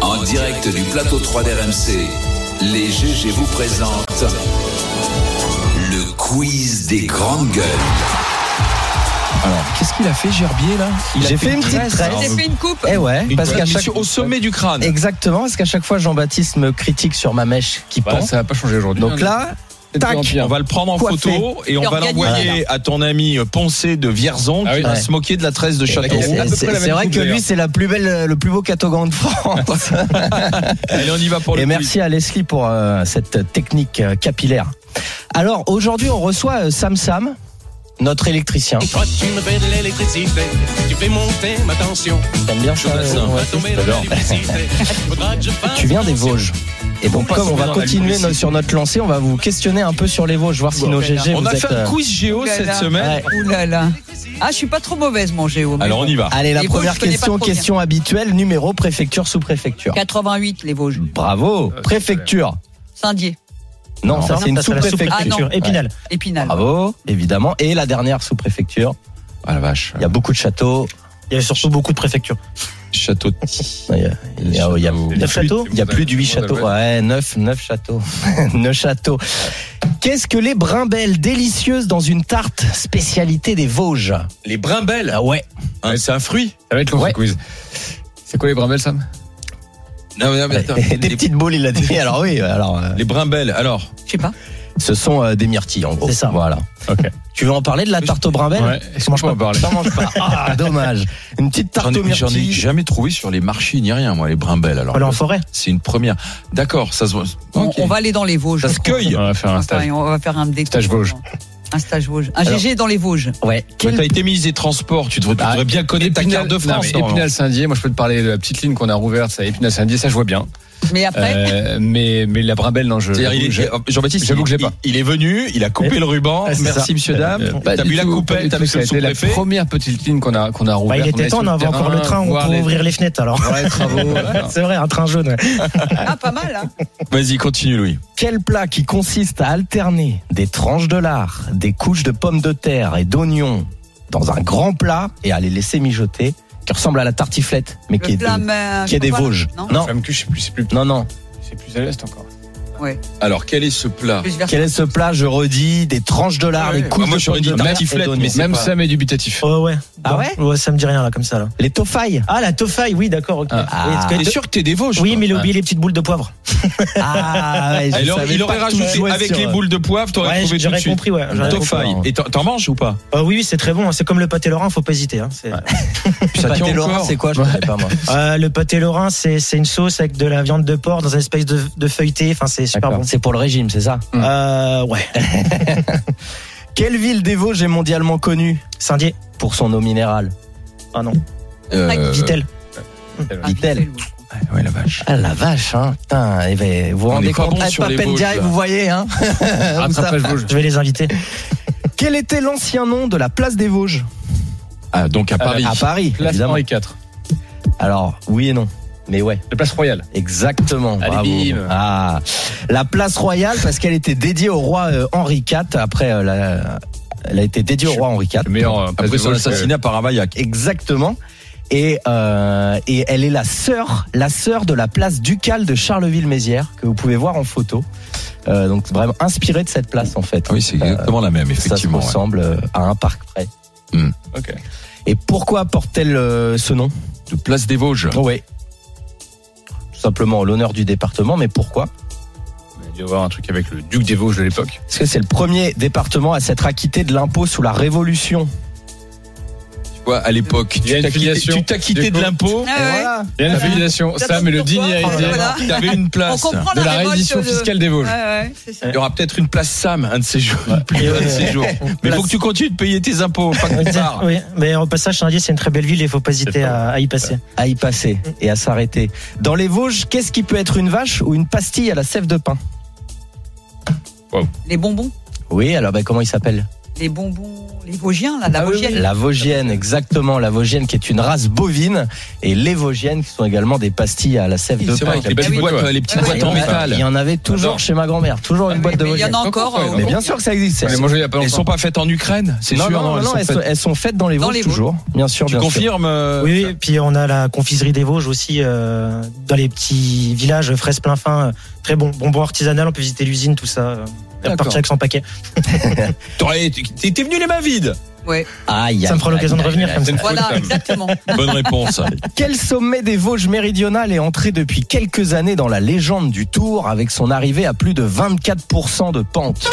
En direct du plateau 3 d'RMC, les GG vous présentent le quiz des grandes gueules. Alors, qu'est-ce qu'il a fait, Gerbier, là Il a J'ai fait une petite tresse. J'ai fait une coupe. Eh ouais, Ah, une parce petite qu'à mission chaque au sommet du crâne. exactement, parce qu'à chaque fois Jean-Baptiste me critique sur ma mèche qui Bah, pend. ça va pas changer aujourd'hui. Donc là, tac. On va le prendre en Coiffé. photo et on Et va organisé. l'envoyer à ton ami euh, Poncé de Vierzon Ah qui oui. va Ouais. se moquer de la tresse de Et Châteauroux. c'est- à peu près la C'est même c'est vrai coupe, que lui, d'ailleurs. c'est la plus belle, le plus beau catogan de France. Allez, on y va pour Oh, le Et quiz. merci à Leslie pour euh, cette technique euh, capillaire. Alors aujourd'hui, on reçoit euh, Sam Sam, notre électricien. Et Quand tu me fais de l'électricité, tu fais monter ma tension. T'aimes bien ça, Ah, Jonas, euh, hein. ouais. Va tomber dans l'électricité. Faudra que je fasse Tu viens des attention. Vosges. Et donc, passe comme on va dans la continuer Lucie. no- sur notre lancée, on va vous questionner un peu sur les Vosges, voir si nos GG On vous a êtes. fait un euh, quiz géo Ouh là cette là. semaine. ouais. Ouh là là. Ah, je suis pas trop mauvaise, mon Géo. mais Alors, bon. on y va. Allez, la Les Vosges, première je connais pas question, trop bien. question habituelle, numéro préfecture sous préfecture. 88, les Hmm. Vosges. Bravo, c'est préfecture. Saint-Dié, Non, ça c'est une parce que la sous-préfecture. sous-préfecture, Épinal. Épinal. Bravo, évidemment. Et la dernière sous-préfecture. Ah la vache. Il y a beaucoup de châteaux. Il y avait surtout beaucoup de préfectures. Château. Il y a, il y a- il y a- Château. il y a Neuf châteaux il y a plus de 8 châteaux. Ouais, 9, 9 châteaux. 9 châteaux. Qu'est-ce que les brimbelles délicieuses dans une tarte, spécialité des Vosges Les brimbelles. Ah ouais. Hein, c'est un fruit. Ça va être long Ouais. ce quiz. C'est quoi les bramelles, Sam Non, mais, non, mais attends. Des les, petites boules, il a dit. Alors oui, alors. euh, les brimbelles. Alors. Je sais pas. Ce sont euh, des myrtilles, en gros. C'est ça. Voilà. Ok. Tu veux en parler de la tarte aux brimbelles Ouais, est-ce qu'on peut en parler T'en manges pas. Ah, dommage. Une petite J'en tarte aux ai, j'en ai myrtilles. jamais trouvé sur les marchés ni rien, moi, les brimbelles. Alors, Voilà, en forêt. c'est une première. D'accord, ça se voit. On, Ok. on va aller dans les Vosges. Ça se cueille. bah, On va faire un stage. Enfin, on va faire un détour. Stage Vosges. Un stage Vosges. Un Alors- GG dans les Vosges. Ouais. Mais Quel- Bah, T'as été ministre des Transports, tu devrais, tu Ah, devrais bien connaître ta carte de France. hein. normalement. Épinal Saint-Dié, moi je peux te parler de la petite ligne qu'on a rouverte, ça Épinal Saint-Dié, ça je vois bien. Mais après, Euh, mais mais la Brabelle non, je. C'est-à-dire, il est- je- Jean-Baptiste, J'avoue il- que je l'ai pas. Il, il est venu, il a coupé le ruban. Ah, c'est Merci, ça. monsieur, dame. Euh, pas t'as du vu la tout, pas coupelle, du t'as tout, vu ça a le été la sous-préfet. première petite ligne qu'on a qu'on a Bah, rouverte. il était temps, on avait encore le train, on pouvait ouvrir les fenêtres alors. Ouais, travaux. voilà. C'est vrai, un train jaune. ouais. ah, pas mal. Hein. Vas-y, continue, Louis. Quel plat qui consiste à alterner des tranches de lard, des couches de pommes de terre et d'oignons dans un grand plat et à les laisser mijoter, qui ressemble à la tartiflette, mais qui Le est, plat, des, mais, qui est je des crois pas, Vosges. Non, Non, Femme cul, je sais plus, c'est plus non, non. c'est plus à l'est encore. Alors, quel est ce plat Plus vers- Quel est ce plat Je redis, des tranches de lard, Ouais. des couches Ah, moi, de j'aurais pommes dit de terre tartiflette, et d'oignons. mais c'est- Même pas- ça met dubitatif. Ouais, ouais. Ah ouais Ouais, ça me dit rien là, comme ça là. Les tofailles. Ah, la tofaille, oui, d'accord, ok. Ah. Oui, parce que- T'es sûr que t'es des Vosges oui, toi mais il a Ouais. oublié les petites boules de poivre. Ah, ouais, je Alors, savais il pas aurait que tout rajouté jouait avec sur- les boules de poivre, t'aurais Ouais, trouvé tout de j'aurais suite. compris, ouais. j'aurais compris. Tofaille. Et t'en- t'en manges ou pas Ah oui, oui, c'est très bon, hein, c'est comme le pâté lorrain, faut pas hésiter. hein, c'est- Ça Pâté tient Laurent, encore c'est quoi Je connais pas moi. Euh, le pâté lorrain, c'est c'est une sauce avec de la viande de porc dans un espèce de, de feuilleté, enfin c'est super D'accord. bon. C'est pour le régime, c'est ça Euh, ouais, Quelle ville des Vosges est mondialement connue Saint-Dié, pour son eau minérale ah non, Euh, Vitel. Ah, Vitel. Vitel, oui. Ouais, la vache. Ah la vache, hein Putain, eh ben, vous vous On rendez est pas compte bon Eh, sur les Papendiaï, Vosges, là. vous voyez, hein Vous savez. Rattrapage Vosges. Je vais les inviter. Quel était l'ancien nom de la place des Vosges Ah, donc à Paris. Euh, À Paris, Place évidemment. Henri IV. Alors, oui et non. Mais ouais, La place royale. exactement. Allez, bravo. bim. Ah, la place royale parce qu'elle était dédiée au roi euh, Henri IV. Après, euh, la- elle a été dédiée au roi Henri IV. Le meilleur. euh, Après place de son Vosges, assassinat par Availlac. Exactement. Et, euh, et elle est la sœur, la sœur de la place ducale de Charleville-Mézières que vous pouvez voir en photo. Euh, donc vraiment inspirée de cette place en fait. Ah Oui, c'est exactement la même, Ça se effectivement. ouais. Hmm. ressemble euh, à un parc près. euh, Ok. Et pourquoi porte-t-elle euh, ce nom De place des Vosges. Oui. Tout simplement en l'honneur du département, mais pourquoi Il y a dû y avoir un truc avec le duc des Vosges de l'époque. Parce que c'est le premier département à s'être acquitté de l'impôt sous la Révolution. Tu vois, à l'époque, Il y a tu une t'as quitté- filiation. tu t'as quitté de Du l'impôt. Ah Et ouais. voilà. Il y a une Voilà. affiliation, T'as Sam tout et le pour toi. digne héritier Voilà. T'avais une On place. comprend de la, la révolte reddition de- fiscale des Ouais, Vosges. Ah ouais, c'est ça. Il y aura peut-être une place Sam, un de ces jours. Et, Un de euh, ces jours. Mais faut que tu continues de payer tes impôts. Pas que tu pars. oui, mais au passage, Saint-Dié, c'est une très belle ville et faut pas hésiter à, à y passer. à y passer et à s'arrêter. Dans les Vosges, qu'est-ce qui peut être une vache ou une pastille à la sève de pain Les bonbons. Oui, alors ben, comment il s'appelle les bonbons, les Vosgiens, là, la Ah oui, Vosgienne. La Vosgienne, exactement. La Vosgienne qui est une race bovine et les Vosgiennes qui sont également des pastilles à la sève de C'est pain. vrai, avec les petites oui. boîtes, euh, les petites Ouais, boîtes Il y en en a- métal. Il y en avait toujours J'adore. chez ma grand-mère, toujours une boîte de Ah, Mais il y en Vosgienne. a encore Encore, euh, ouais, Mais bien sûr que ça existe. On les mangeait il y a pas Elles sont longtemps. pas faites en Ukraine, c'est Non, sûr. non, non, elles non, sont elles, sont, faites- elles sont faites dans les Dans Vosges les Vosges. toujours, bien sûr. Tu bien sûr. confirmes euh, Oui, oui, et puis on a la confiserie des Vosges aussi, euh, dans les petits villages, fraises plein fin, euh, très bon, bonbon artisanal, on peut visiter l'usine, tout ça, euh, D'accord. repartir avec son paquet. T'aurais- T'es t'es venu les mains vides. ouais. Aïe, Ça me fera aïe, l'occasion de aïe, revenir aïe, comme c'est ça. une faute, Voilà, ça. exactement. Bonne réponse. Quel sommet des Vosges méridionales est entré depuis quelques années dans la légende du Tour avec son arrivée à plus de 24% de pente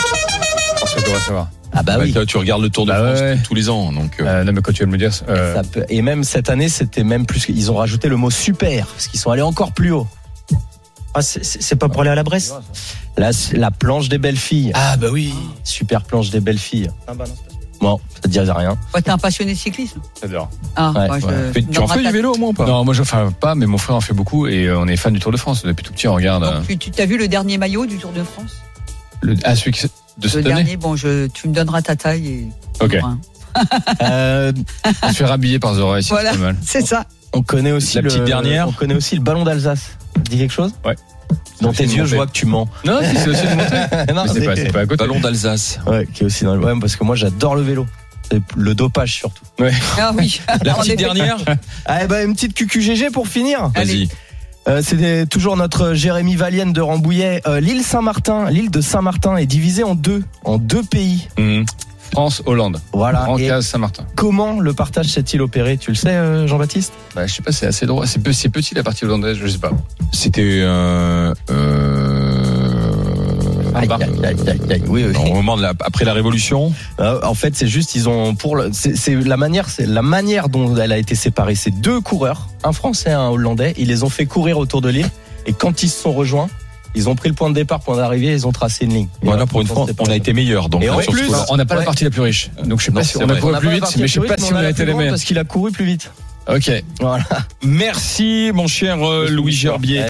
Parce que je dois savoir. Ah bah Bah, oui. t'as- Tu regardes le Tour de Bah France ouais. tous- tous les ans, donc. euh, Euh, non, mais quand tu vas me le dire. euh, Ça peut- Et même cette année, c'était même plus. Ils ont rajouté le mot super parce qu'ils sont allés encore plus haut. Ah, c'est- c'est c'est pas pour aller à la Bresse La, la planche des belles filles. Ah bah oui. Super planche des belles filles. Ah bah non, c'est pas Bon, ça ne dit rien. Ouais, T'es un passionné de cyclisme. J'adore. Ah, Ouais, moi, je- ouais. je Tu, tu en me fais du rattache. vélo au moins ou pas Non, moi je enfin pas, mais mon frère en fait beaucoup et euh, on est fan du Tour de France depuis tout petit. On regarde euh, Donc, tu- tu t'as vu le dernier maillot du Tour de France le, ah, celui qui- de Le cette année. dernier, bon, je, tu me donneras ta taille. Et... Ok. Hein. Euh, On se fait rhabiller par Zora ici, Voilà. c'est pas mal. C'est ça. on connaît aussi La le, petite dernière. On connaît aussi le ballon d'Alsace. Ça te Dit quelque chose Ouais. Dans C'est tes aussi yeux, une je vois que tu mens. Non, si, c'est aussi une montée. non, Mais c'est pas, c'est pas à côté. Ballon d'Alsace. Ouais, qui est aussi dans le... ouais, parce que moi, j'adore le vélo. C'est Le dopage surtout. Ah oui. La En effet. petite dernière Ah, et ben, une petite QQGG pour finir. Vas-y. Euh, c'est des- toujours notre Jérémy Valienne de Rambouillet. Euh, l'île Saint-Martin, l'île de Saint-Martin est divisée en deux, en deux pays. Mhm. France, Hollande. Voilà. Grand Et Case, Saint-Martin. comment le partage s'est-il opéré Tu le sais, euh, Jean-Baptiste Bah, je sais pas, c'est assez droit. C'est, pe- c'est petit la partie hollandaise, je sais pas. C'était. Euh, euh, Aïe, aïe, aïe, aïe, aïe. Oui, oui. non, Au moment de la, après la Révolution, Euh, En fait, c'est juste ils ont pour le- c'est c'est la manière, c'est la manière dont elle a été séparée. C'est deux coureurs, un Français, et un Hollandais. Ils les ont fait courir autour de l'île et quand ils se sont rejoints, ils ont pris le point de départ, point d'arrivée, ils ont tracé une ligne. voilà, pour une fois, C'était on pas- a été meilleur. Donc, Et en sur ce plus, coup-là. on n'a pas Ouais. la partie la plus riche. Donc je sais Non, pas si c'est on a vrai. couru On a plus pas vite, parti mais je sais plus pas vite, si mais on a allé été plus les loin meilleurs. parce qu'il a couru plus vite. Ok. Voilà. merci mon cher euh, Louis Gerbier.